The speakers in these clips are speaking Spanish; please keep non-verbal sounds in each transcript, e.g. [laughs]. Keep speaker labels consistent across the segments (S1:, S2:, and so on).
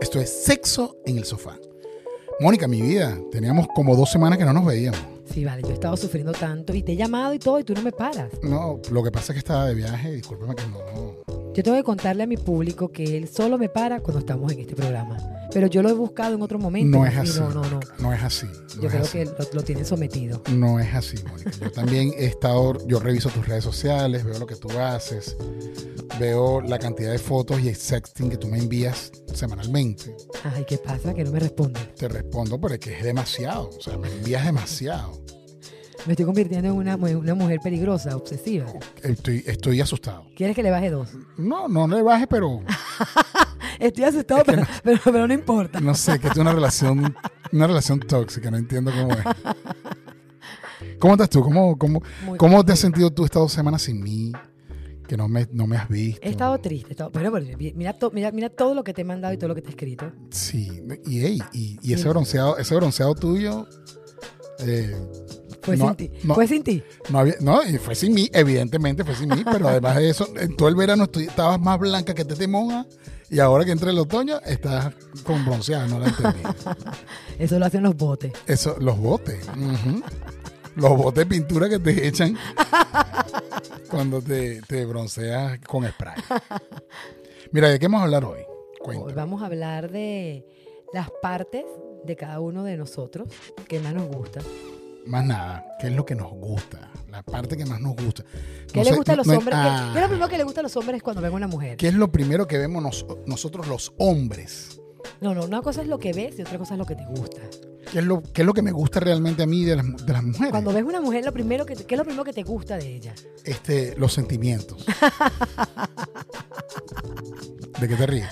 S1: Esto es Sexo en el Sofá. Mónica, mi vida, teníamos como dos semanas que no nos veíamos.
S2: Sí, vale, yo he estado sufriendo tanto y te he llamado y todo y tú no me paras.
S1: No, lo que pasa es que estaba de viaje, discúlpame que no.
S2: Yo tengo que contarle a mi público que él solo me para cuando estamos en este programa. Pero yo lo he buscado en otro momento.
S1: No es
S2: y
S1: así.
S2: No, no, no.
S1: No es así. no es
S2: Yo creo
S1: así.
S2: que lo, lo tienen sometido.
S1: No es así, Mónica. Yo también he estado, yo reviso tus redes sociales, veo lo que tú haces, veo la cantidad de fotos y sexting que tú me envías semanalmente.
S2: Ay, ¿qué pasa? Que no me responde.
S1: Te respondo, pero es que es demasiado, o sea, me envías demasiado.
S2: Me estoy convirtiendo en una, mu- en una mujer peligrosa, obsesiva.
S1: Estoy, estoy asustado.
S2: ¿Quieres que le
S1: [laughs]
S2: baje dos?
S1: No, no le bajes, pero
S2: Estoy asustado,
S1: [laughs]
S2: pero, pero, pero no importa.
S1: no sé, que es una relación, una relación tóxica, no entiendo cómo es. ¿Cómo estás tú? ¿Cómo, cómo,
S2: Muy-
S1: cómo te has sentido tú estas dos semanas sin mí? Que no me, no me has visto.
S2: He estado triste, he estado- pero, pero mira, to- mira, mira todo lo que te he mandado y todo lo que te he escrito.
S1: Sí, y, ey, y, y ese
S2: Sí.
S1: bronceado, ese bronceado tuyo, eh,
S2: Fue
S1: No,
S2: sin ti.
S1: no.
S2: Fue sin ti.
S1: no había, no, y fue sin mí, evidentemente fue sin mí, pero además de eso, en todo el verano estu- estabas más blanca que te moja y ahora que entra el otoño estás con bronceada, no la entendí.
S2: Eso lo hacen los botes.
S1: Eso, los botes, ujú. los botes de pintura que te echan cuando te, te bronceas con spray. Mira, ¿de qué vamos a hablar hoy?
S2: Hoy
S1: Cuéntame.
S2: vamos a hablar de las partes de cada uno de nosotros que más nos gusta.
S1: Más nada, ¿qué es lo que nos gusta? La parte que más nos gusta.
S2: ¿Qué
S1: No
S2: le
S1: sé,
S2: gusta a
S1: no-
S2: los
S1: no-
S2: hombres? ¿Qué-
S1: ah,
S2: ¿Qué es lo primero que le gusta a los hombres cuando ven a una mujer?
S1: ¿Qué es lo primero que vemos nos- nosotros los hombres?
S2: No, no, una cosa es lo que ves y otra cosa es lo que te gusta.
S1: ¿Qué es lo, qué es lo que me gusta realmente a mí de las, mu- de las mujeres?
S2: Cuando ves una mujer, lo primero que, ¿qué es lo primero que te gusta de ella?
S1: Este, los
S2: [laughs]
S1: sentimientos. ¿De qué te ríes?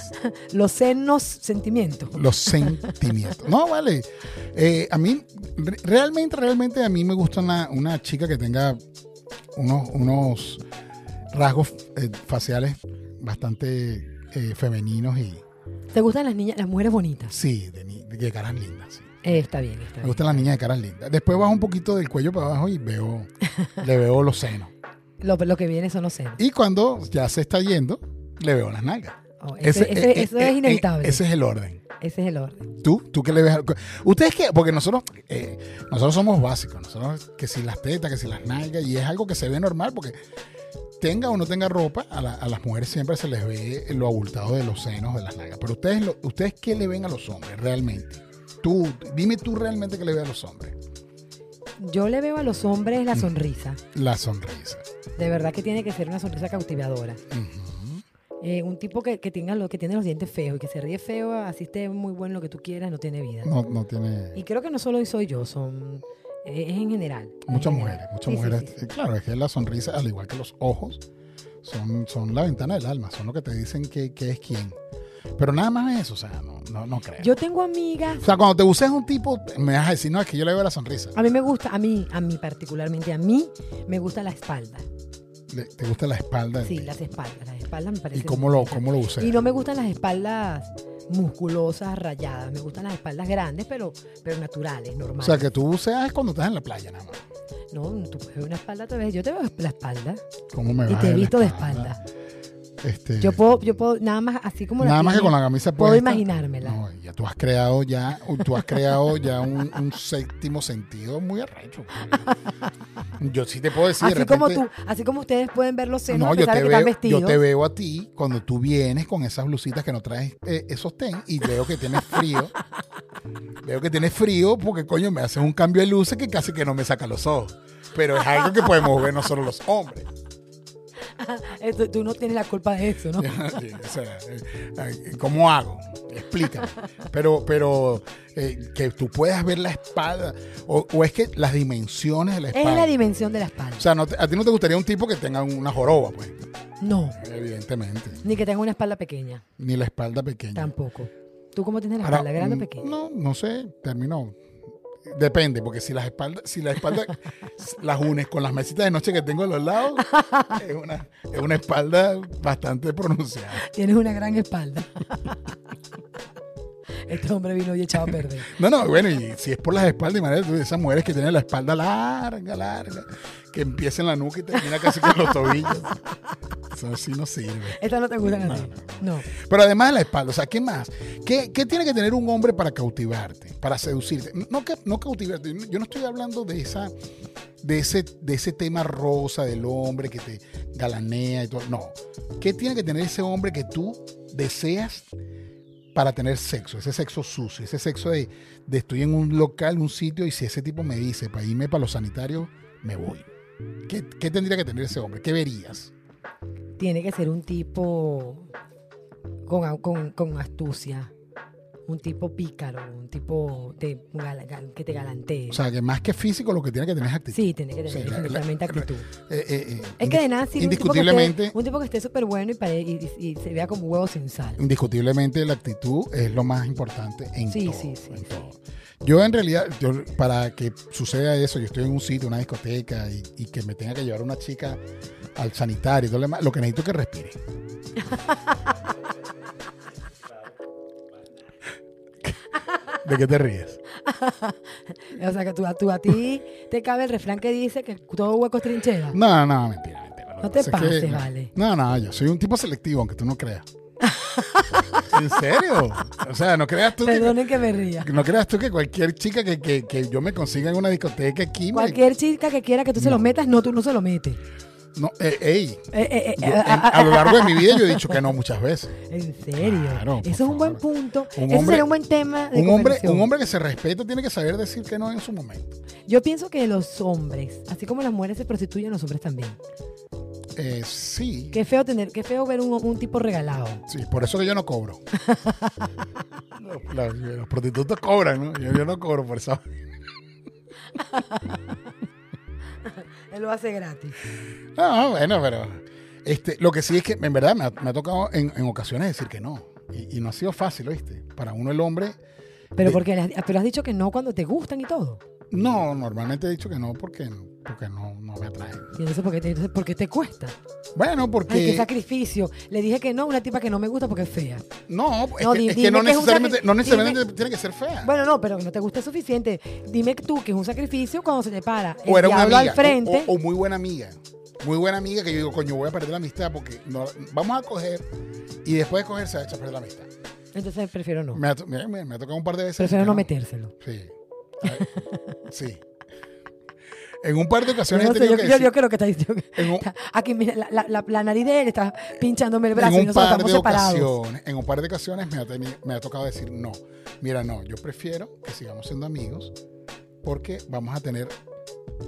S2: Los senos sentimientos.
S1: Los sentimientos. No, vale. Eh, a mí, re- realmente, realmente a mí me gusta una, una chica que tenga unos, unos rasgos eh, faciales bastante eh, femeninos y,
S2: ¿Te gustan las niñas, las mujeres bonitas?
S1: Sí, de, ni- de caras lindas. sí.
S2: Eh, está bien, está
S1: Me
S2: bien.
S1: gustan las niñas de caras lindas. Después bajo un poquito del cuello para abajo y
S2: [laughs]
S1: veo, le veo los senos.
S2: Lo, lo que viene son los senos.
S1: Y cuando ya se está yendo, le veo las nalgas.
S2: Oh, ese-
S1: Ese-
S2: ese-
S1: eh,
S2: eso
S1: eh,
S2: es
S1: eh,
S2: inevitable.
S1: Ese es el orden.
S2: Ese es el orden.
S1: ¿Tú? ¿Tú qué le ves? al cu- ¿Ustedes qué? Porque nosotros, eh, nosotros somos básicos. Nosotros que si las tetas, que si las nalgas. Y es algo que se ve normal porque tenga o no tenga ropa, a, la- a las mujeres siempre se les ve lo abultado de los senos, de las nalgas. Pero ustedes, lo- ¿ustedes qué le ven a los hombres realmente? Tú, dime tú realmente qué le ves a los hombres.
S2: Yo le veo a los hombres la sonrisa.
S1: La sonrisa.
S2: De verdad que tiene que ser una sonrisa cautivadora.
S1: Ujú.
S2: Eh, un tipo que, que tenga lo, que tiene los dientes feos y que se ríe feo, así esté muy bueno lo que tú quieras, no tiene vida.
S1: no, no tiene.
S2: Y creo que no solo soy yo, son eh, es en general. en
S1: Muchas
S2: general.
S1: mujeres, muchas
S2: Eh, Sí, sí,
S1: mujeres. eh,
S2: sí, sí.
S1: Claro, es que la sonrisa, al igual que los ojos, son, son la ventana del alma, son lo que te dicen que, que es quién. Pero nada más eso, o sea, no, no, no creo.
S2: Yo tengo amigas,
S1: o sea, cuando te buceas un tipo, me vas a decir, no, es que yo le veo la sonrisa.
S2: a mí me gusta, a mí, a mí particularmente, a mí me gusta la espalda.
S1: Le- te gusta la espalda. del
S2: Sí,
S1: tipo.
S2: las espaldas, las espaldas me
S1: ¿Y
S2: parecen...
S1: cómo lo, cómo lo buceas?
S2: Y no me gustan las espaldas musculosas, rayadas, me gustan las espaldas grandes, pero, pero naturales,
S1: o
S2: normales.
S1: sea, que tú buceas es cuando estás en la playa, nada más.
S2: No, tú puedes ver una espalda otra vez, yo te veo la espalda
S1: ¿Cómo me
S2: y
S1: vas a
S2: te he
S1: ver la
S2: visto de espalda.
S1: Este,
S2: Yo puedo, yo puedo, nada más, así como la
S1: nada más que
S2: tienes,
S1: con la camisa
S2: Puedo
S1: puesta.
S2: imaginármela.
S1: No, ya tú has creado ya, tú has creado ya un, un séptimo sentido muy
S2: [laughs]
S1: arrecho. Yo sí te puedo decir. de
S2: así como
S1: repente,
S2: tú, así como ustedes pueden ver los senos
S1: no,
S2: a
S1: yo
S2: pesar
S1: te,
S2: de que están
S1: veo,
S2: vestidos.
S1: yo te veo a ti cuando tú vienes con esas blusitas que no traes eh, esos ten y veo que tienes frío. veo que tienes frío porque, coño, me haces un cambio de luces que casi que no me saca los ojos. Pero es algo que podemos ver nosotros los hombres.
S2: Eh, tú- tú no tienes la culpa de eso,
S1: [laughs]
S2: ¿no? [laughs]
S1: O sea, eh, ¿Cómo hago? Explícame. Pero, pero eh, que tú puedas ver la espalda, o, o es que las dimensiones de la
S2: Es la
S1: espalda.
S2: dimensión de la espalda.
S1: o sea, no te- a ti no te gustaría un tipo que tenga una joroba, pues,
S2: No,
S1: evidentemente.
S2: ni que tenga una espalda pequeña,
S1: Ni la espalda pequeña.
S2: tampoco. ¿Tú cómo tienes la
S1: Ahora,
S2: espalda, grande o
S1: mm,
S2: pequeña?
S1: No, no sé, terminó. Depende, porque si las espaldas, si las espaldas s- [laughs] las unes con las mesitas de noche que tengo a los
S2: [laughs]
S1: lados, es una, es una espalda bastante pronunciada.
S2: Tienes una gran espalda. [laughs] este hombre vino y echado a perder.
S1: No, no, bueno, y si es por las espaldas, imagínate tú, esas mujeres que tienen la espalda larga, larga, que empieza en la nuca y termina casi con los tobillos. eso sí no sirve.
S2: Esta no te gusta a
S1: No,
S2: ti. No.
S1: Pero además de la espalda, o sea, ¿qué más? ¿Qué, qué tiene que tener un hombre para cautivarte, para seducirte? No, que, no cautivarte, yo no estoy hablando de esa de ese, de ese tema rosa del hombre que te galanea y todo. No. ¿Qué tiene que tener ese hombre que tú deseas para tener sexo? Ese sexo sucio, ese sexo de, de estoy en un local, un sitio, y si ese tipo me dice para irme para los sanitarios, me voy. ¿Qué, qué tendría que tener ese hombre? ¿Qué verías?
S2: Tiene que ser un tipo con, au- con, con astucia. Un tipo pícaro, un tipo de- gal- gal- que te galantee.
S1: O sea, que más que físico, lo que tiene que tener es actitud.
S2: sí, tiene que
S1: o sea,
S2: tener
S1: la- la-
S2: definitivamente actitud.
S1: Eh, eh, eh,
S2: Es que de nada sirve un tipo que esté-
S1: indiscutiblemente,
S2: un tipo que esté súper bueno y, pare- y- y- y se vea como huevo sin sal.
S1: indiscutiblemente la actitud es lo más importante en
S2: Sí,
S1: todo.
S2: sí, sí,
S1: en
S2: sí.
S1: todo. Yo en realidad, yo, para que suceda eso, yo estoy en un sitio, una discoteca y, y que me tenga que llevar una chica al sanitario y todo lo demás, lo que necesito es que
S2: [laughs]
S1: respire. ¿De qué te ríes?
S2: O sea, que tú, a- tú a ti te cabe el refrán que dice que todo hueco es trinchera.
S1: No, no, mentira, mentira. Lo
S2: No
S1: que
S2: te
S1: pasa es
S2: pases, vale.
S1: No, no, yo soy un tipo selectivo, aunque tú no
S2: [laughs]
S1: creas. ¿En serio? O sea, no creas tú que...
S2: Perdonen que me ría.
S1: No creas tú que cualquier chica que, que- que yo me consiga en una discoteca aquí, me-
S2: Cualquier chica que quiera que tú se lo metas, no, tú no se lo metes.
S1: no, eh, ey,
S2: Eh, eh, eh,
S1: yo,
S2: eh,
S1: en-
S2: ah,
S1: a lo largo de mi vida yo he dicho que no muchas veces.
S2: [laughs] En serio.
S1: Claro, por
S2: Eso es un buen
S1: favor.
S2: punto.
S1: Un
S2: Eso
S1: hombre-
S2: sería un buen tema. De
S1: Un hombre, un
S2: conversación.
S1: hombre que se respeta tiene que saber decir que no en su momento.
S2: Yo pienso que los hombres, así como las mujeres se prostituyen, los hombres también.
S1: Eh, sí,
S2: Qué feo tener, qué feo ver un, un tipo regalado.
S1: sí, por eso que yo no
S2: [laughs]
S1: cobro. los, los- los prostitutos cobran, ¿no? Yo, yo no cobro por eso.
S2: Él lo hace gratis.
S1: No, bueno, pero este, lo que sí es que en verdad me ha, me ha tocado en, en ocasiones decir que no. Y, y no ha sido fácil, ¿oíste? Para uno el hombre,
S2: Pero
S1: Eh.
S2: porque le has- ah, pero has dicho que no cuando te gustan y todo.
S1: no, normalmente he dicho que no porque, porque no, no me atrae.
S2: Y entonces, ¿por qué te, entonces, ¿por qué te cuesta?
S1: Bueno, porque...
S2: Ay, qué sacrificio. Le dije que no a una tipa que no me gusta porque es fea.
S1: No, es
S2: No,
S1: que,
S2: di-
S1: es que
S2: dime
S1: no
S2: que es un
S1: necesariamente,
S2: sacri-
S1: no necesariamente tiene que ser fea.
S2: Bueno, no, pero que no te gusta es suficiente. Dime tú que es un sacrificio cuando se te para el
S1: o era una
S2: diablo
S1: amiga.
S2: al frente.
S1: O, o muy buena amiga. Muy buena amiga que yo digo, coño, voy a perder la amistad porque no- vamos a coger y después de coger se va a echar a perder la amistad.
S2: Entonces prefiero no.
S1: Me ha, to- me- me- me ha tocado un par de veces.
S2: Prefiero
S1: que
S2: no metérselo.
S1: Sí. A-
S2: [laughs]
S1: sí. En un par de
S2: Yo,
S1: ocasiones
S2: no
S1: he
S2: sé,
S1: tenido
S2: yo,
S1: que
S2: yo-
S1: decir-
S2: yo creo que está diciendo.
S1: en un-
S2: Está- [laughs] Aquí, mira, la, la- la- la nariz de él está pinchándome el brazo
S1: en
S2: y
S1: un
S2: nosotros
S1: par
S2: estamos
S1: de
S2: separados.
S1: ocasiones, en un par de ocasiones me ha, teni- me ha tocado decir no. Mira, no, yo prefiero que sigamos siendo amigos porque vamos a tener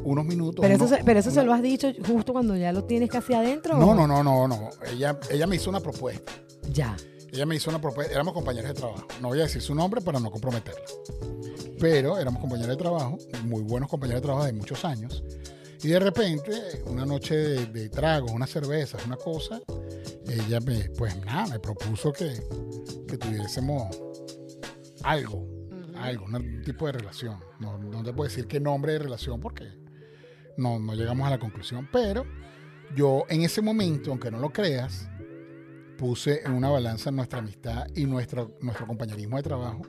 S1: unos minutos.
S2: Pero eso,
S1: unos-
S2: se, pero eso se
S1: unos-
S2: lo has dicho justo cuando ya lo tienes casi adentro.
S1: No,
S2: ¿o?
S1: no, no, no, no. Ella, ella me hizo una propuesta.
S2: Ya.
S1: Ella me hizo una propuesta. Éramos compañeros de trabajo. No voy a decir su nombre para no comprometerla. Pero éramos compañeros de trabajo, muy buenos compañeros de trabajo de muchos años. Y de repente, una noche de, de tragos, unas cervezas, una cosa, ella me, pues nada, me propuso que, que tuviésemos algo, algo, un tipo de relación. No, no te puedo decir qué nombre de relación porque no, no llegamos a la conclusión. Pero yo en ese momento, aunque no lo creas, puse en una balanza nuestra amistad y nuestro, nuestro compañerismo de trabajo.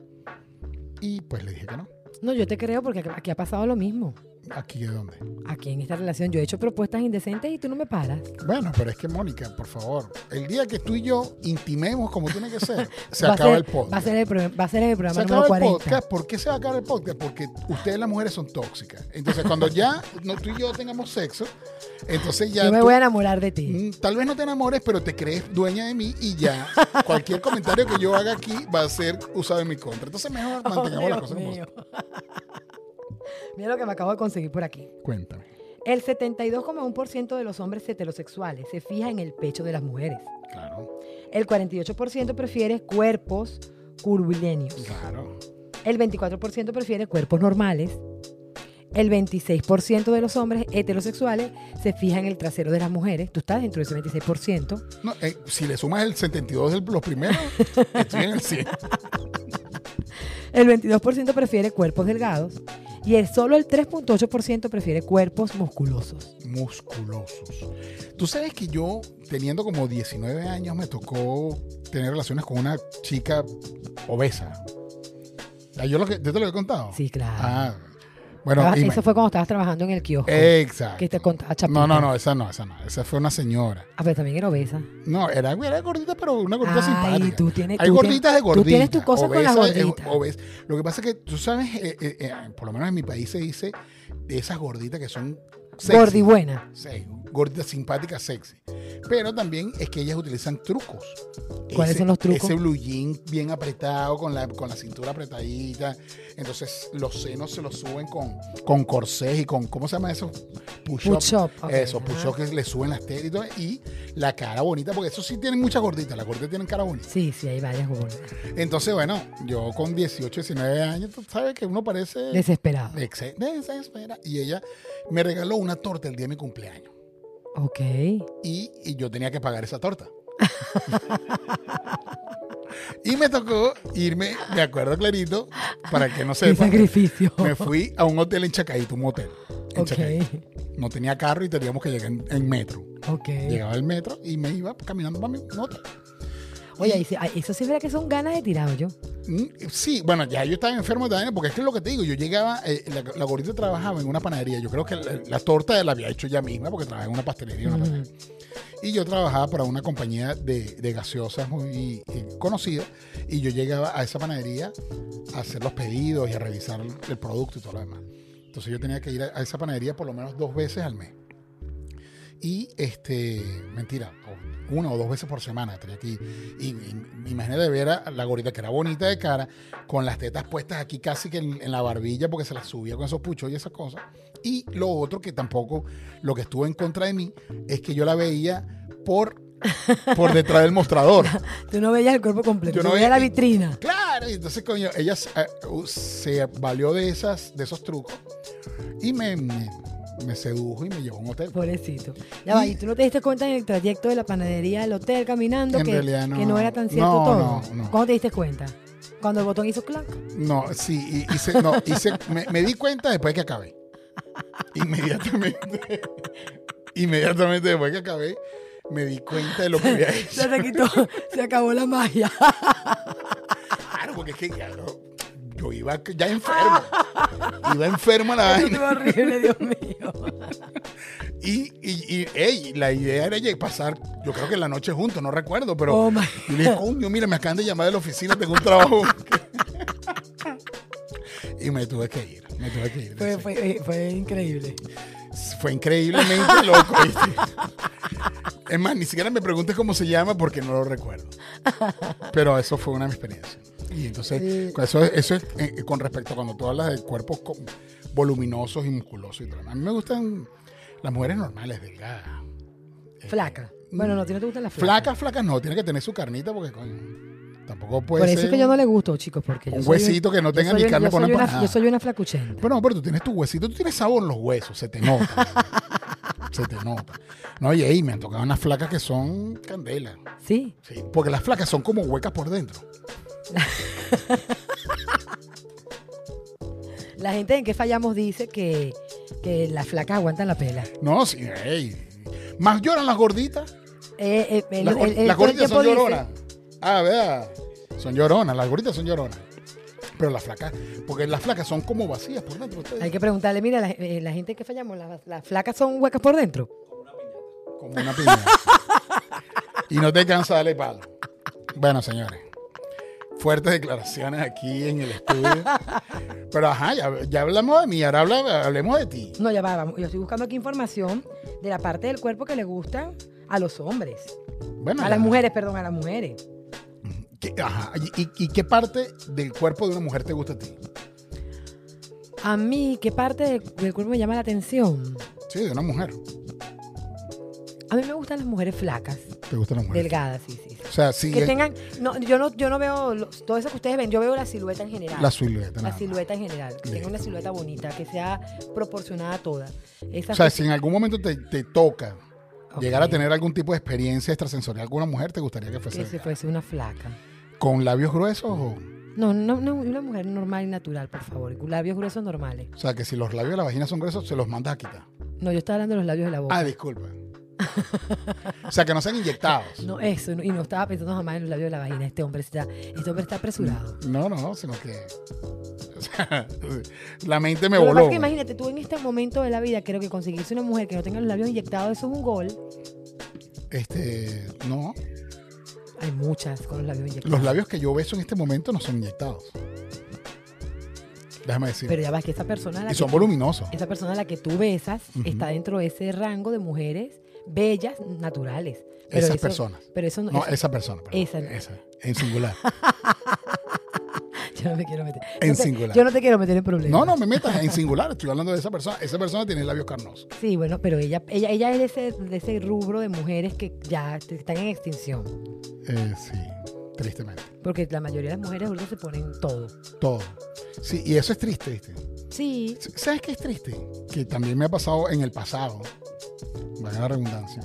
S1: Y pues le dije que no.
S2: No, yo te creo porque aquí ha pasado lo mismo.
S1: ¿Aquí de dónde?
S2: Aquí en esta relación yo he hecho propuestas indecentes y tú no me paras.
S1: Bueno, pero es que Mónica, por favor, el día que tú y yo intimemos como tiene que
S2: [laughs]
S1: ser, se
S2: Va a
S1: acaba
S2: ser-
S1: el podcast.
S2: Va a ser el, pro- va a ser el
S1: se
S2: programa
S1: acaba
S2: número
S1: el
S2: 40.
S1: podcast. ¿Por qué se va a acabar el podcast? Porque ustedes las mujeres son tóxicas. Entonces, cuando ya no, tú y yo tengamos sexo, entonces ya
S2: yo me
S1: tú-
S2: voy a enamorar de ti.
S1: Mm, Tal vez no te enamores, pero te crees dueña de mí y ya. Cualquier comentario que yo haga aquí va a ser usado en mi contra. Entonces mejor
S2: [laughs] [laughs] Oh,
S1: mantengamos las
S2: Dios
S1: cosas como
S2: mío. [laughs] Mira lo que me acabo de conseguir por aquí.
S1: son. Cuéntame.
S2: El 72,1% de los hombres heterosexuales se fija en el pecho de las mujeres.
S1: Claro,
S2: El 48% prefiere cuerpos curvilíneos.
S1: claro.
S2: El 24% prefiere cuerpos normales. El 26% de los hombres heterosexuales se fija en el trasero de las mujeres. Tú estás dentro de ese 26%.
S1: No, eh, si le sumas el 72 de los [laughs] primeros, estoy en el 100.
S2: El 22% prefiere cuerpos delgados. Y el, solo el 3.8% prefiere cuerpos musculosos.
S1: Musculosos. Tú sabes que yo, teniendo como 19 años, me tocó tener relaciones con una chica obesa. Ah, Yo, lo que, yo te lo he contado.
S2: Sí, claro.
S1: Ah, Bueno,
S2: Estabas-
S1: dime.
S2: eso fue cuando estabas trabajando en el kiosco.
S1: Exacto.
S2: que te contaba Chapita.
S1: Eh, No, no, no, esa no, esa no. Esa fue una señora.
S2: Ah, pero también era obesa.
S1: No, era, era gordita, pero una gordita
S2: Ay,
S1: simpática.
S2: tú tienes,
S1: Hay
S2: tú
S1: gorditas de
S2: tienes-
S1: gorditas.
S2: Tú tienes tu cosa con las
S1: obesa de- eh,
S2: gorditas.
S1: obes- Lo que pasa es que tú sabes, eh, eh, eh, por lo menos en mi país se dice de esas gorditas que son sexy.
S2: Gordibuena.
S1: Sí, gorditas simpáticas, sexy. Pero también es que ellas utilizan trucos.
S2: ¿Cuáles son los trucos?
S1: Ese blue jean bien apretado, con la, con la cintura apretadita. Entonces los senos se los suben con, con corsés y con, ¿cómo se llama eso? Push-up.
S2: Push-up, ok,
S1: Eso,
S2: ajá.
S1: push-up que le suben las tetas y todo, Y la cara bonita, porque eso sí tienen muchas gorditas. Las gorditas tienen cara bonita.
S2: Sí, sí, hay varias gorditas.
S1: Entonces, bueno, yo con 18, 19 años, tú sabes que uno parece...
S2: Desesperado.
S1: ex- desespera. Y ella me regaló una torta el día de mi cumpleaños
S2: Ok.
S1: y, y yo tenía que pagar esa torta. y me tocó irme, me acuerdo clarito, para que no
S2: Qué
S1: sepa,
S2: [laughs] sacrificio.
S1: me fui a un hotel en Chacaito, un hotel. En
S2: Ok.
S1: Chacaito. No tenía carro y teníamos que llegar en, en metro.
S2: Ok.
S1: Llegaba al metro y me iba caminando para mi hotel.
S2: Oye, ahí sí- ahí- eso sí es verdad que son ganas de tirado yo.
S1: Mm, Sí, bueno, ya yo estaba enfermo también, porque es que es lo que te digo, yo llegaba, eh, la, la gordita trabajaba en una panadería, yo creo que la, la torta la había hecho ella misma, porque trabajaba en una pastelería, una
S2: Mm.
S1: panadería. Y yo trabajaba para una compañía de, de gaseosas muy eh, conocida, y yo llegaba a esa panadería a hacer los pedidos y a revisar el, el producto y todo lo demás. Entonces yo tenía que ir a, a esa panadería por lo menos dos veces al mes. Y este, mentira, o una o dos veces por semana tenía que ir. Y, y- imagínate ver a la gorita que era bonita de cara, con las tetas puestas aquí casi que en, en la barbilla porque se las subía con esos puchos y esas cosas. Y lo otro que tampoco, lo que estuvo en contra de mí, es que yo la veía por, por detrás del mostrador.
S2: Tú no veías el cuerpo completo.
S1: Yo
S2: tú
S1: no
S2: veías
S1: veía-
S2: la vitrina.
S1: Claro, y entonces, coño, ella se, eh, uh, se valió de, esas, de esos trucos y me, me, me sedujo y me llevó a un hotel.
S2: Pobrecito. Ya va,
S1: Y-
S2: y tú no te diste cuenta en el trayecto de la panadería al hotel caminando
S1: En
S2: que,
S1: realidad no.
S2: que no era tan cierto
S1: No,
S2: todo.
S1: no, no.
S2: ¿Cuándo te diste cuenta? Cuando el botón hizo clac.
S1: No, sí, y- hice, no, hice, me, me di cuenta después que acabé. Inmediatamente. [laughs] inmediatamente después que acabé, me di cuenta de lo que había hecho. [laughs]
S2: Se te quitó, se acabó la magia.
S1: Claro, porque es que ya no- yo iba ya enfermo.
S2: Ah.
S1: Iba enfermo a la
S2: Eso
S1: vaina.
S2: fue horrible, Dios mío.
S1: Y, y, y, ey, la idea era lleg- pasar, yo creo que la noche juntos, no recuerdo, pero
S2: Oh, my
S1: yo le dije, coño, mira, me acaban de llamar de la oficina, tengo un
S2: [laughs]
S1: trabajo. y me tuve que ir, me tuve que ir.
S2: Fue,
S1: sí.
S2: fue- eh, fue increíble.
S1: Eh, Fue increíblemente
S2: [laughs]
S1: loco. ¿viste? es más, ni siquiera me preguntes cómo se llama porque no lo recuerdo. Pero eso fue una experiencia. Y entonces, con eso, eso es eh, con respecto a cuando tú hablas de cuerpos co- voluminosos y musculosos y todo. A mí me gustan las mujeres normales, delgadas. Eh,
S2: Flaca. Bueno, no, a ti no te gustan las flacas.
S1: Flacas, flacas no. Tiene que tener su carnita porque, coño, tampoco puede
S2: Por eso
S1: ser...
S2: es que yo no le gusto, chicos, porque
S1: Pues,
S2: yo
S1: eh, un
S2: soy
S1: huesito que no
S2: yo
S1: tenga
S2: soy
S1: ni
S2: una-
S1: carne Ah.
S2: yo
S1: por una
S2: soy una-
S1: empanada.
S2: Yo soy una flacuchenta.
S1: Pero no, pero tú tienes tu huesito, tú tienes sabor en los huesos, se te
S2: [laughs]
S1: nota. se te nota. No, y ahí me han tocado unas flacas que son candela.
S2: ¿Sí?
S1: Sí, porque las flacas son como huecas por dentro.
S2: La gente en que fallamos dice que, que las flacas aguantan la pela.
S1: No, sí, ey. Más lloran las gorditas.
S2: Eh, eh, el-
S1: Las,
S2: el-
S1: gor-
S2: el-
S1: las
S2: todo el
S1: gorditas
S2: tiempo
S1: son
S2: dice-
S1: lloronas. Ah, vea. Son lloronas, las gorditas son lloronas. Pero las flacas, porque las flacas son como vacías por dentro. ustedes.
S2: Hay que preguntarle, mira, la, eh, la gente que fallamos, las, las flacas son huecas por dentro.
S1: Como una piña. y no te cansa dale palo. Bueno, señores. Fuertes declaraciones aquí en el estudio. Pero ajá, ya, ya hablamos de mí, ahora habla- hablemos de ti.
S2: No, ya va, vamos. Yo estoy buscando aquí información de la parte del cuerpo que le gusta a los hombres.
S1: Bueno,
S2: A
S1: ya.
S2: las mujeres, perdón, a las mujeres.
S1: ¿Qué- ajá, y, y- y qué parte del cuerpo de una mujer te gusta a ti?
S2: A mí, ¿qué parte del, del cuerpo me llama la atención?
S1: Sí, de una mujer.
S2: A mí me gustan las mujeres flacas,
S1: Te gustan las mujeres.
S2: delgadas, sí, sí. sí.
S1: O sea, sí,
S2: Que
S1: es
S2: tengan, no, yo no, yo no veo los- todo eso que ustedes ven, yo veo la silueta en general.
S1: la silueta.
S2: La
S1: nada más.
S2: silueta en general, que tenga
S1: Listo.
S2: una silueta bonita, que sea proporcionada a toda. Esa
S1: O sea, si en algún momento te, te toca
S2: Ok.
S1: llegar a tener algún tipo de experiencia extrasensorial con una mujer, ¿te gustaría que fuese?
S2: que se fuese una flaca.
S1: ¿Con labios gruesos o...?
S2: No, no, no, una mujer normal y natural, por favor. Con labios gruesos normales.
S1: O sea, que si los labios de la vagina son gruesos, se los mandas a quitar.
S2: No, yo estaba hablando de los labios de la boca.
S1: Ah, disculpa. O sea, que no sean inyectados.
S2: No, eso, y no estaba pensando jamás en los labios de la vagina. Este hombre está, este hombre está apresurado.
S1: No, no, sino que. o sea, [laughs] la mente me
S2: Lo que pasa
S1: voló.
S2: es que imagínate, tú en este momento de la vida, creo que conseguirse una mujer que no tenga los labios inyectados, eso es un gol.
S1: Este, no,
S2: Hay muchas con los labios inyectados.
S1: los labios que yo beso en este momento no son inyectados. Déjame decir.
S2: Pero ya vas que esta persona, a la
S1: y
S2: que,
S1: son voluminosos.
S2: esa persona a la que tú besas,
S1: Ujú.
S2: está dentro de ese rango de mujeres bellas, naturales. Pero
S1: Esas
S2: eso-
S1: personas.
S2: Pero eso no,
S1: No,
S2: [laughs] eso-
S1: esa persona, perdón.
S2: esa
S1: Esa.
S2: no.
S1: En
S2: [laughs]
S1: singular.
S2: yo no me quiero meter.
S1: eh, En
S2: No te-
S1: singular.
S2: Yo no te quiero meter en problemas.
S1: No, no me metas
S2: [laughs]
S1: en singular. Estoy hablando de esa persona. Esa persona tiene labios carnosos.
S2: Sí, bueno, pero ella, ella, ella es de ese, de ese rubro de mujeres que ya te- están en extinción.
S1: Eh, sí, tristemente.
S2: Porque la mayoría de las mujeres ahorita se ponen todo.
S1: Todo. Sí, y eso es triste, ¿viste?
S2: Sí.
S1: S- ¿Sabes qué es triste? Que también me ha pasado en el pasado, valga la redundancia,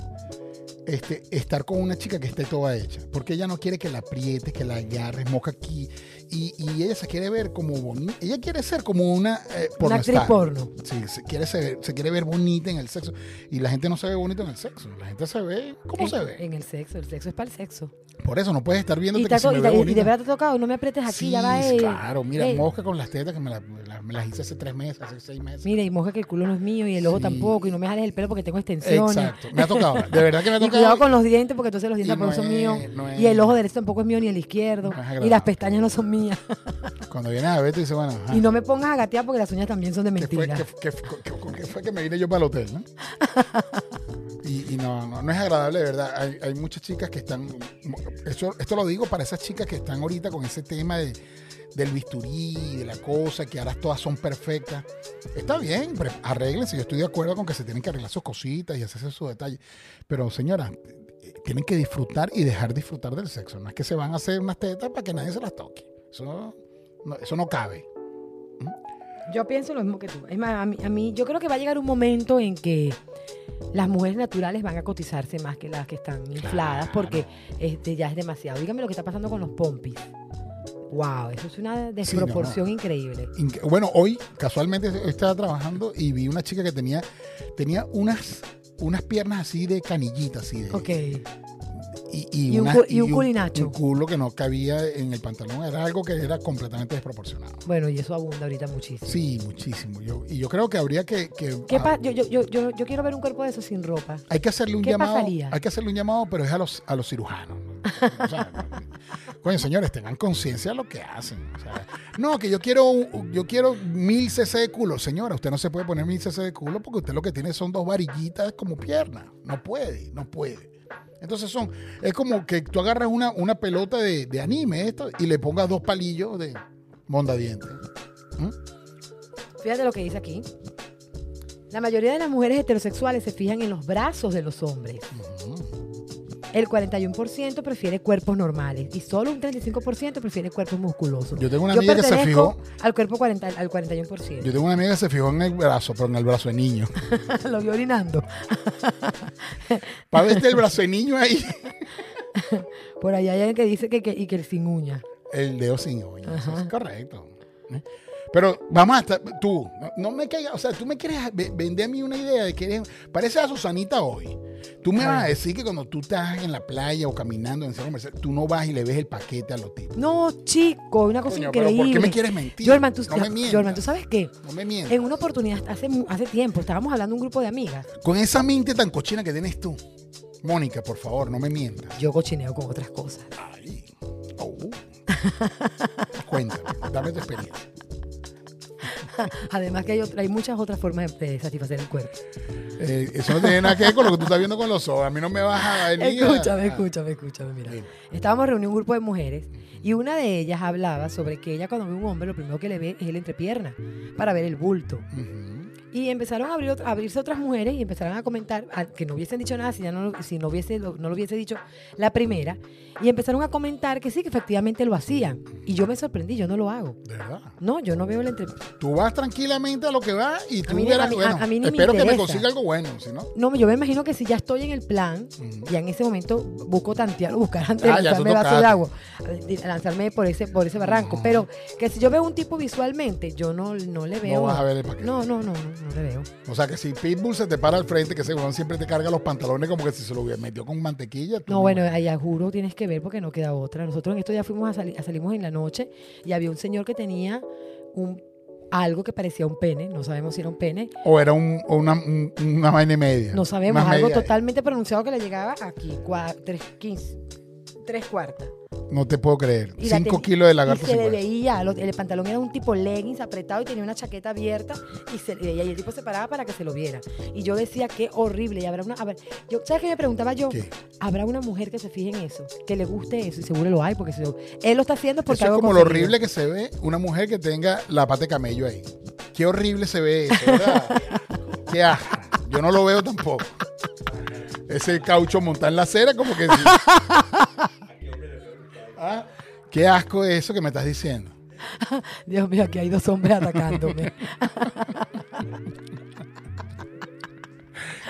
S1: este, estar con una chica que esté toda hecha. Porque ella no quiere que la aprietes, que la agarres, moca aquí. Y, y ella se quiere ver como bonita. Ella quiere ser como una eh,
S2: una actriz
S1: pornostar.
S2: porno.
S1: Sí, se quiere, se, se quiere ver bonita en el sexo. Y la gente no se ve bonita en el sexo. La gente se ve como
S2: en,
S1: se ve.
S2: En el sexo. El sexo es para el sexo.
S1: Por eso no puedes estar
S2: eh. Y,
S1: viéndote
S2: te
S1: que
S2: ha
S1: se
S2: to-
S1: me
S2: y
S1: ve
S2: te- y de
S1: bonita.
S2: verdad te ha tocado. No me aprietes aquí.
S1: Sí,
S2: ya va. eh.
S1: claro. Mira,
S2: Eh,
S1: mosca con las tetas que me, la- me la- me las hice hace tres meses, hace seis meses.
S2: Mira, y moja que el culo no es mío y el ojo
S1: Sí.
S2: tampoco. Y no me jales el pelo porque tengo extensiones.
S1: Exacto. Me ha tocado. De verdad que me ha
S2: [laughs] Y cuidado
S1: tocado.
S2: con los dientes porque entonces los dientes
S1: Y
S2: tampoco
S1: no
S2: son
S1: es-
S2: míos.
S1: no es-
S2: Y el ojo derecho tampoco es mío ni el izquierdo.
S1: No es
S2: y las
S1: agradable.
S2: pestañas no son mías.
S1: Cuando vienes a ver, tú dices, bueno, ajá.
S2: Y no me pongas a gatear porque las uñas también son de
S1: ¿Qué Ah. fue,
S2: mentira.
S1: qué, qué- qué- qué- con qué fue que me vine yo para el hotel, no? Y, y no, no, no es agradable, de verdad. Hay, hay muchas chicas que están. Esto, esto lo digo para esas chicas que están ahorita con ese tema de, del bisturí, de la cosa, que ahora todas son perfectas. Está bien, pre- arréglense. Yo estoy de acuerdo con que se tienen que arreglar sus cositas y hacerse sus detalles. Pero, señora, eh, tienen que disfrutar y dejar disfrutar del sexo. No es que se van a hacer unas tetas para que nadie se las toque. Eso no- no, eso no cabe.
S2: Yo pienso lo mismo que tú. Es más, a mí, a mí- yo creo que va a llegar un momento en que las mujeres naturales van a cotizarse más que las que están infladas
S1: Claro.
S2: porque este, ya es demasiado. Dígame lo que está pasando con los pompis. Wow, eso es una desproporción increíble.
S1: Inque- Bueno, hoy casualmente estaba trabajando y vi una chica que tenía, tenía unas, unas piernas así de canillita, así de.
S2: Ok.
S1: Y, y
S2: Y un
S1: unas-
S2: cu- y un culinacho.
S1: Un culo que no cabía en el pantalón. Era algo que era completamente desproporcionado.
S2: Bueno, y eso abunda ahorita muchísimo.
S1: Sí, muchísimo. Yo, y yo creo que habría que. que-
S2: ¿Qué
S1: ah,
S2: pa- yo, yo, yo, yo, yo quiero ver un cuerpo de eso sin ropa.
S1: hay que hacerle un
S2: ¿Qué
S1: llamado.
S2: pasaría?
S1: Hay que hacerle un llamado, pero es a los, a los cirujanos. ¿no? O sea, [laughs] coño, señores, tengan conciencia de lo que hacen. O sea, no, que yo quiero un- yo quiero mil cc de culo. Señora, usted no se puede poner mil cc de culo porque usted lo que tiene son dos varillitas como piernas. No puede, no puede. Entonces son, es como que tú agarras una, una pelota de, de anime esto y le pongas dos palillos de mondadientes.
S2: Fíjate lo que dice aquí. La mayoría de las mujeres heterosexuales se fijan en los brazos de los hombres.
S1: Ujú.
S2: El 41% prefiere cuerpos normales y solo un 35% prefiere cuerpos musculosos.
S1: Yo tengo una amiga que se
S2: pertenezco
S1: fijó,
S2: al cuerpo 40, al
S1: yo
S2: 41%.
S1: tengo una amiga que se fijó en el brazo, pero en el brazo de niño. [laughs]
S2: [laughs] Lo vi orinando.
S1: Para verte el brazo de niño ahí.
S2: Por ahí hay alguien que dice que, que- y que el sin uña.
S1: El dedo sin uña. eso
S2: Ajá.
S1: es correcto. ¿eh? Pero vamos hasta tú. no- No me caigas. O sea, tú me quieres ve- vender a mí una idea de que eres. Pareces a Susanita hoy. Tú me
S2: A
S1: vas a
S2: ver.
S1: decir que cuando tú estás en la playa o caminando en el centro comercial, tú no vas y le ves el paquete a los tipos.
S2: No, chico, una cosa
S1: Coño, pero
S2: increíble.
S1: ¿por qué me quieres mentir?
S2: Jorman, tú,
S1: no me mientas.
S2: Jorman, ¿tú sabes qué?
S1: No me mientas.
S2: En una oportunidad, hace, mu- hace tiempo, estábamos hablando un grupo de amigas.
S1: Con esa mente tan cochina que tienes tú. Mónica, por favor, no me mientas.
S2: Yo cochineo con otras cosas.
S1: Ay. Oh. [laughs] Cuéntame, dame tu experiencia.
S2: Además que hay, otra- hay muchas otras formas de, de satisfacer el cuerpo.
S1: Eh, eso no tiene nada que ver con lo que tú estás viendo con los ojos. A mí no me vas a venir. a-
S2: Escúchame,
S1: a-
S2: escúchame, escúchame, mira.
S1: Dime.
S2: Estábamos reunidos un grupo de mujeres y una de ellas hablaba sobre que ella cuando ve un hombre lo primero que le ve es el entrepierna para ver el bulto.
S1: Ujú.
S2: Y empezaron a, abrir, ot- a abrirse otras mujeres y empezaron a comentar, a- que no hubiesen dicho nada si, ya no, lo- si no, hubiese, lo- no lo hubiese dicho la primera, y empezaron a comentar que sí, que efectivamente lo hacían. Y yo me sorprendí, yo no lo hago.
S1: De verdad.
S2: No, yo no veo el entrepierna.
S1: Tú vas tranquilamente a lo que va y tú
S2: mí ni-
S1: verás,
S2: a mí- a-
S1: bueno,
S2: a mí ni me
S1: espero que me
S2: interesa.
S1: consiga algo bueno, si no.
S2: No, yo me imagino que si ya estoy en el plan,
S1: Ujú.
S2: ya en ese momento busco tantear, buscar antes
S1: Ah,
S2: de
S1: ya tú
S2: lanzarme vaso de
S1: tocaste.
S2: agua, de lanzarme por ese, por ese barranco.
S1: Ujú.
S2: Pero que si yo veo un tipo visualmente, yo no, no le veo.
S1: No vas a ver el paquete.
S2: no, no, no, no, No te veo.
S1: O sea que si Pitbull se te para al frente, que ese weón siempre te carga los pantalones como que si se lo hubiera metido con mantequilla. tú
S2: No, bueno, allá juro tienes que ver porque no queda otra. Nosotros en esto ya fuimos a, sali- a salimos en la noche y había un señor que tenía un algo que parecía un pene, no sabemos si era un pene,
S1: O era un, o una, un- una vaina y media.
S2: no sabemos,
S1: Una
S2: algo
S1: media.
S2: totalmente pronunciado que le llegaba aquí, cua- tres, quince, tres cuartas.
S1: No te puedo creer.
S2: Y la
S1: Cinco
S2: teni-
S1: kilos de
S2: Y
S1: lagarto
S2: se le
S1: sin hueso.
S2: veía, lo- el pantalón era un tipo leggings apretado y tenía una chaqueta abierta y se le veía y el tipo se paraba para que se lo viera. Y yo decía, qué horrible. Y habrá una, a ver, yo, ¿sabes qué me preguntaba yo?
S1: ¿Qué?
S2: ¿Habrá una mujer que se fije en eso? Que le guste eso y seguro lo hay porque se lo- él lo está haciendo porque
S1: Eso es
S2: algo
S1: como lo
S2: conseguido.
S1: horrible que se ve una mujer que tenga la pata de camello ahí. Qué horrible se ve eso, ¿verdad?
S2: [laughs]
S1: Qué asco. Yo no lo veo tampoco. Ese caucho montado en la acera, como que.
S2: [laughs]
S1: sí. Ah, Qué asco eso que me estás diciendo.
S2: Dios mío, aquí hay dos
S1: [laughs]
S2: hombres atacándome.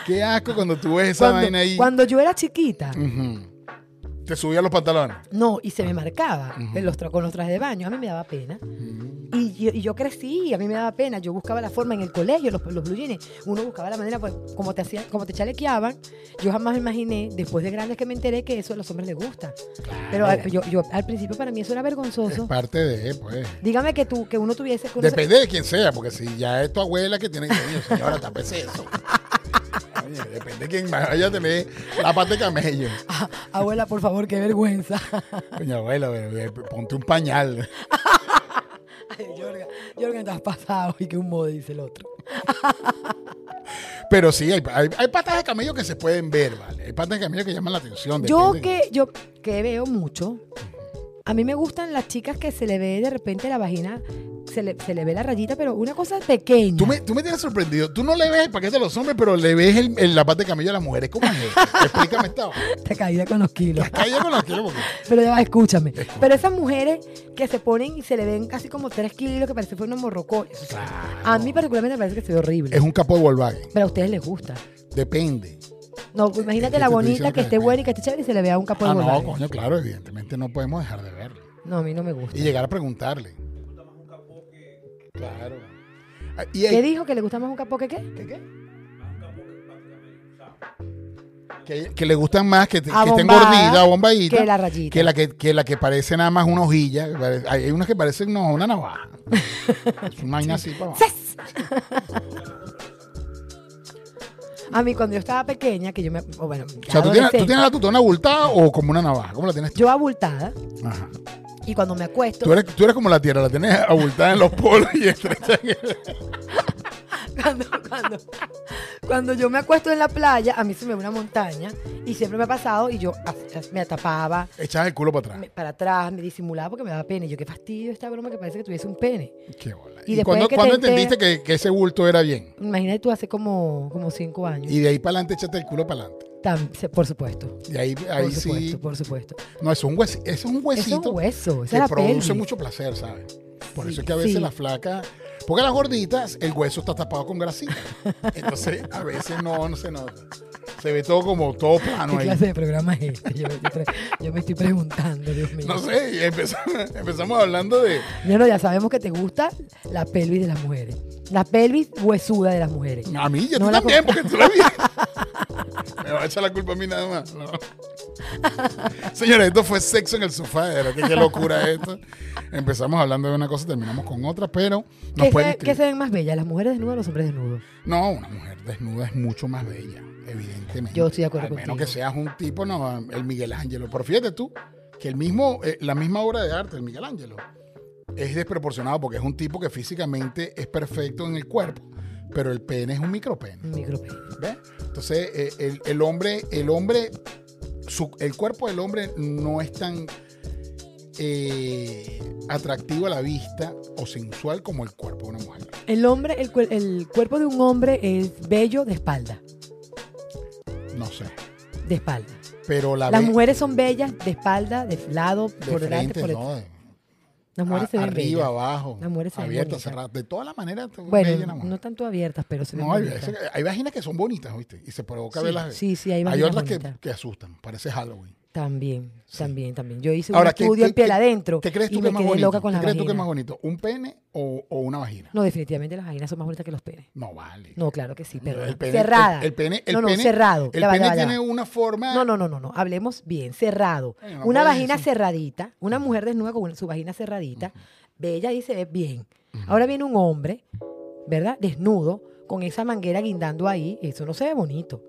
S1: Qué asco cuando tú ves esa
S2: cuando,
S1: vaina ahí.
S2: cuando yo era chiquita,
S1: Ujú. Te subía los pantalones.
S2: no, y
S1: Ah,
S2: se me marcaba en los tra- con los trajes de baño, a mí me daba pena. Y yo, y yo crecí, y a mí me daba pena. Yo buscaba la forma en el colegio, los, los blue jeans. Uno buscaba la manera, pues, como te hacían, como te chalequeaban. Yo jamás me imaginé, después de grandes que me enteré, que eso a los hombres les gusta. Pero al- yo, yo- al principio para mí eso era
S1: Es
S2: vergonzoso.
S1: parte de, pues.
S2: Dígame que tú, que uno tuviese. que uno se-
S1: Depende de quién sea, porque si ya es tu abuela que tiene que venir, señora, [laughs] tapese eso. Oye, Depende de quién vaya a tener la pata de camello.
S2: Ah, abuela, por favor, qué vergüenza. [laughs]
S1: Coño, abuela, ve- ve, ponte un pañal.
S2: Ay, Jorga, Jorga, te has pasado. Y que un modo dice el otro.
S1: Pero sí, hay, hay- hay patas de camello que se pueden ver, ¿vale? Hay patas de camello que llaman la atención.
S2: Yo
S1: depende
S2: que, yo que veo mucho, a mí me gustan las chicas que se le ve de repente la vagina, se le, se le ve la rayita, pero una cosa pequeña.
S1: Tú me, tú me tienes sorprendido. Tú no le ves el paquete a los hombres, pero le ves el, el- la pata de camello a las mujeres. ¿Cómo es eso? Explícame esta. vaina.
S2: [laughs] Te caída con los kilos.
S1: Calla con los tiros porque...
S2: Pero ya
S1: [laughs]
S2: va, escúchame. Pero esas mujeres que se ponen y se le ven casi como tres kilos, que parece que fue una morrocó. eso sí. A mí particularmente me parece que se ve horrible.
S1: Es un capó de Volkswagen.
S2: Pero a ustedes les gusta.
S1: Depende.
S2: No, pues imagínate
S1: que
S2: la
S1: te estoy
S2: bonita
S1: diciendo
S2: que
S1: que
S2: esté
S1: depende.
S2: buena y que esté chévere y se le vea un capo de
S1: Ah, no,
S2: Volkswagen.
S1: coño, claro, evidentemente no podemos dejar de verlo.
S2: No, a mí no me gusta.
S1: Y llegar a preguntarle. Claro. Ah, Y
S2: ¿Qué
S1: hay,
S2: dijo? ¿Que le gusta más un capó que qué?
S1: ¿Qué, qué? Que, que le gustan más, que, te- que estén
S2: Abombada,
S1: gorditas, bombaditas.
S2: que la rayita.
S1: Que la que, que la que parece nada más una hojilla. que pare- Hay hay unas que parecen no, una navaja. es una vaina así
S2: [laughs]
S1: para abajo.
S2: ¡Sas! A mí cuando yo estaba pequeña, que yo me... o bueno,
S1: O sea, ¿tú tienes, tú
S2: adolescente,
S1: tienes la tutona abultada o como una navaja? ¿Cómo la tienes tú?
S2: Yo abultada,
S1: Ajá.
S2: y cuando me acuesto...
S1: Tú eres, tú eres como la tierra, la tienes abultada en los polos y estrecha en el-
S2: [laughs] cuando, cuando, cuando yo me acuesto en la playa, a mí se me ve una montaña y siempre me ha pasado y yo ah, ah, me tapaba
S1: Echas el culo para atrás.
S2: me- para atrás, me disimulaba porque me daba pena. Y yo, qué fastidio esta broma que parece que tuviese un pene.
S1: Qué bola.
S2: Y
S1: ¿Y,
S2: después
S1: cuándo,
S2: de que
S1: cuándo
S2: te
S1: entendiste que, que ese bulto era bien?
S2: Imagínate tú hace como, como cinco años.
S1: Y de ahí para adelante echaste el culo para adelante.
S2: Tan- se- por supuesto.
S1: Y ahí, ahí
S2: por supuesto,
S1: sí.
S2: por supuesto.
S1: No, eso es un, hues- eso es un
S2: Eso
S1: huesito.
S2: es un hueso, esa
S1: que
S2: es la
S1: produce
S2: pelvis.
S1: mucho placer, ¿sabes? Por
S2: Sí,
S1: eso es que a veces
S2: sí.
S1: las flacas. Porque las gorditas, el hueso está tapado con grasita. Entonces, a veces no, no se nota. Se ve todo como todo plano
S2: ¿Qué
S1: Ah, ahí.
S2: clase de programa es este? Yo me estoy, pre- yo me estoy preguntando, Dios mío.
S1: No sé, y empezó- empezamos, hablando de.
S2: Bueno, ya sabemos que te gusta la pelvis de las mujeres. La pelvis huesuda de las mujeres.
S1: A mí, yo
S2: No la
S1: también, porque tú la viejas. Me va a echar la culpa a mí nada más. ¿no? Señores, esto fue sexo en el sofá. de verdad que qué locura esto. Empezamos hablando de una cosa, terminamos con otra, pero nos
S2: ¿Qué
S1: pueden
S2: se, qué
S1: escribir.
S2: se ven más bellas, las mujeres desnudas o los hombres desnudos?
S1: No, una mujer desnuda es mucho más bella, evidentemente.
S2: Yo estoy de acuerdo
S1: Al menos
S2: contigo.
S1: que seas un tipo, no, el Miguel Ángel. Pero fíjate tú, que el mismo, eh, la misma obra de arte, el Miguel Ángel, es desproporcionado porque es un tipo que físicamente es perfecto en el cuerpo, pero el pene es un micropene.
S2: Un micropene.
S1: ¿Ves? Entonces, eh, el, el hombre, el hombre, su- el cuerpo del hombre no es tan eh, atractivo a la vista o sensual como el cuerpo de una mujer.
S2: El hombre, el, cuer- el cuerpo de un hombre es bello de espalda.
S1: No sé.
S2: De espalda.
S1: Pero la
S2: Las
S1: ve-
S2: mujeres son bellas de espalda, de lado,
S1: de
S2: por delante,
S1: frente,
S2: por detrás.
S1: ¿no? De-
S2: Las mujeres
S1: a-
S2: se ven
S1: arriba,
S2: bellas.
S1: abajo,
S2: Las mujeres se ven
S1: abierta,
S2: bonitas.
S1: cerrada, de todas las maneras. te- bella la
S2: Bueno,
S1: mujer.
S2: no tanto abiertas, pero se ven
S1: No, hay,
S2: bonitas.
S1: hay- hay vaginas que son bonitas, ¿viste? Y se provoca
S2: Sí,
S1: verlas.
S2: sí, sí, hay
S1: hay
S2: vaginas
S1: otras que,
S2: bonitas.
S1: que asustan, parece Halloween.
S2: También, también, también. Yo hice
S1: Ahora,
S2: un
S1: ¿qué-
S2: estudio en
S1: qué-
S2: piel adentro
S1: ¿Qué crees tú
S2: y
S1: que
S2: me
S1: es más
S2: quedé
S1: bonito?
S2: loca con
S1: ¿Qué
S2: la
S1: crees tú que es
S2: vagina.
S1: más bonito? ¿Un pene o, o una vagina?
S2: No, definitivamente las vaginas son más bonitas que los penes.
S1: No vale.
S2: No, claro que sí, pero
S1: El pene-
S2: cerrada.
S1: El, el pene, el
S2: no, no,
S1: pene-
S2: cerrado.
S1: El
S2: Ya va, ya
S1: pene
S2: va, ya
S1: tiene
S2: va.
S1: una forma.
S2: No, no, no, no, no. Hablemos bien, cerrado.
S1: Ay, no
S2: una
S1: puede
S2: vagina
S1: ser.
S2: cerradita, una mujer desnuda con su vagina cerradita, bella y se ve bien. Ahora viene un hombre, ¿verdad? Desnudo, con esa manguera guindando ahí, eso no se ve bonito.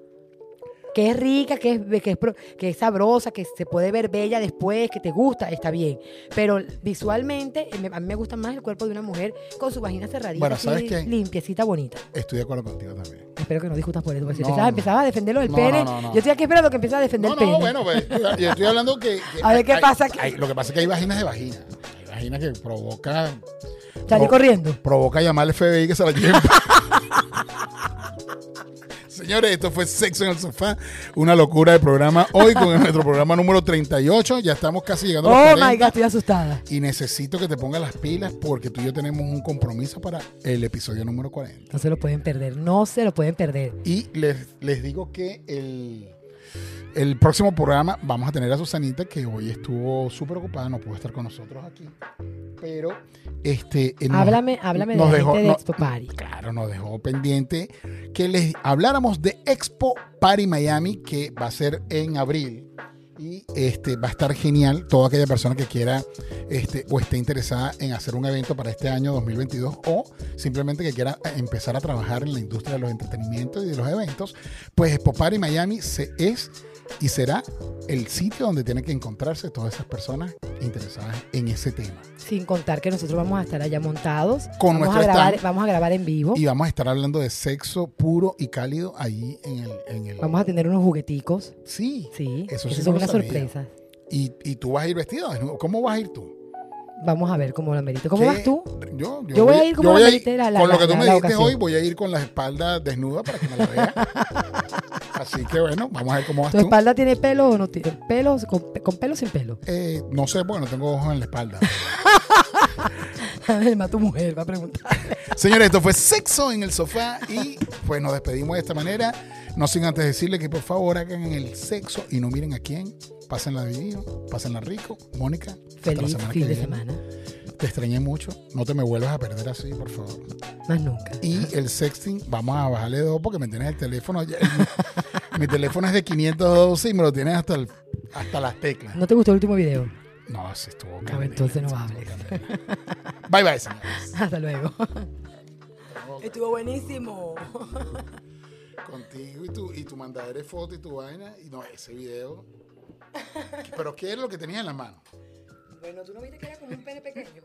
S2: Que es rica, que es, que, es, pro- que es sabrosa, que se puede ver bella después, que te gusta, está bien. Pero visualmente, eh, me- a mí me gusta más el cuerpo de una mujer con su vagina cerradita,
S1: Bueno,
S2: así,
S1: ¿sabes qué?
S2: limpiecita, bonita.
S1: Estoy de acuerdo contigo también.
S2: Espero que no discutas por eso, porque si
S1: No,
S2: te estás-
S1: no.
S2: empezabas a defender lo del
S1: No, no,
S2: pene,
S1: no, no.
S2: yo estoy aquí esperando que empieces a defender
S1: No,
S2: el pene.
S1: no, bueno, pues, yo estoy hablando que. que
S2: A ver, ¿qué
S1: hay-
S2: pasa aquí?
S1: hay- lo que pasa es que hay vaginas de vagina. Hay vaginas que provoca.
S2: Salí
S1: pro-
S2: corriendo.
S1: Provoca llamar al FBI que se la lleve. [laughs] Señores, esto fue Sexo en el Sofá, una locura de programa. Hoy con nuestro programa número 38, ya estamos casi llegando a los
S2: Oh my
S1: 40.
S2: god, estoy asustada.
S1: Y necesito que te pongas las pilas porque tú y yo tenemos un compromiso para el episodio número 40.
S2: No se lo pueden perder, no se lo pueden perder.
S1: Y les, les digo que el, el próximo programa vamos a tener a Susanita, que hoy estuvo súper ocupada, no pudo estar con nosotros aquí. Pero este eh, nos-
S2: háblame, háblame de la gente de
S1: no-
S2: Expo Party.
S1: Claro, nos dejó pendiente que les habláramos de Expo Party Miami, que va a ser en abril. Y este, va a estar genial toda aquella persona que quiera este, o esté interesada en hacer un evento para este año 2022 o simplemente que quiera empezar a trabajar en la industria de los entretenimientos y de los eventos, pues Expo Party Miami se es y será el sitio donde tienen que encontrarse todas esas personas interesadas en ese tema.
S2: Sin contar que nosotros vamos a estar allá montados.
S1: Con
S2: vamos, a
S1: nuestro
S2: grabar,
S1: stand.
S2: vamos a grabar en vivo.
S1: Y vamos a estar hablando de sexo puro y cálido ahí en el. En el
S2: Vamos a tener unos jugueticos.
S1: Sí.
S2: Sí,
S1: Eso
S2: eso
S1: sí
S2: son
S1: no lo
S2: unas
S1: sabía.
S2: sorpresas.
S1: Y, y tú vas a ir vestido. desnudo. ¿Cómo vas a ir tú?
S2: Vamos a ver cómo lo amerito. ¿Cómo
S1: ¿Qué?
S2: vas tú?
S1: Yo, yo
S2: Yo voy a ir como
S1: yo
S2: la
S1: voy
S2: militera, la-
S1: Con lo
S2: la-
S1: que tú
S2: la-
S1: me
S2: la
S1: dijiste hoy,
S2: ocasión.
S1: voy a ir con la espalda desnuda para que me la
S2: [laughs]
S1: vean. Así que bueno, vamos a ver cómo vas
S2: ¿Tu
S1: tú.
S2: espalda tiene pelo o no tiene pelo? ¿Con, con pelo o
S1: [laughs]
S2: sin pelo?
S1: Eh, no sé, bueno, tengo ojos en la espalda.
S2: Además, tu mujer va a preguntar.
S1: Señores, esto fue Sexo en el Sofá y pues nos despedimos de esta manera. No sin antes decirle que por favor hagan el sexo y no miren a quién. Pásenla de vivo, pásenla rico. Mónica, hasta la
S2: Feliz
S1: semana que
S2: fin de
S1: viene.
S2: semana.
S1: Te extrañé mucho. No te me vuelvas a perder así, por favor.
S2: Más nunca.
S1: Y el sexting, vamos a bajarle dos porque me tienes el teléfono. ya- [laughs] mi- mi teléfono es de 512 y me lo tienes hasta, el- hasta las teclas.
S2: ¿No te gustó el último video? [laughs]
S1: No, sí estuvo
S2: No,
S1: candela,
S2: entonces no
S1: sí
S2: hables.
S1: estuvo candela. Bye bye, señores.
S2: Hasta luego. Estuvo buenísimo.
S1: Contigo y tu, y tu mandadera de foto y tu vaina. Y no, ese video. Pero ¿qué es lo que tenías en la mano?
S2: Bueno, tú no viste que era como un pene pequeño.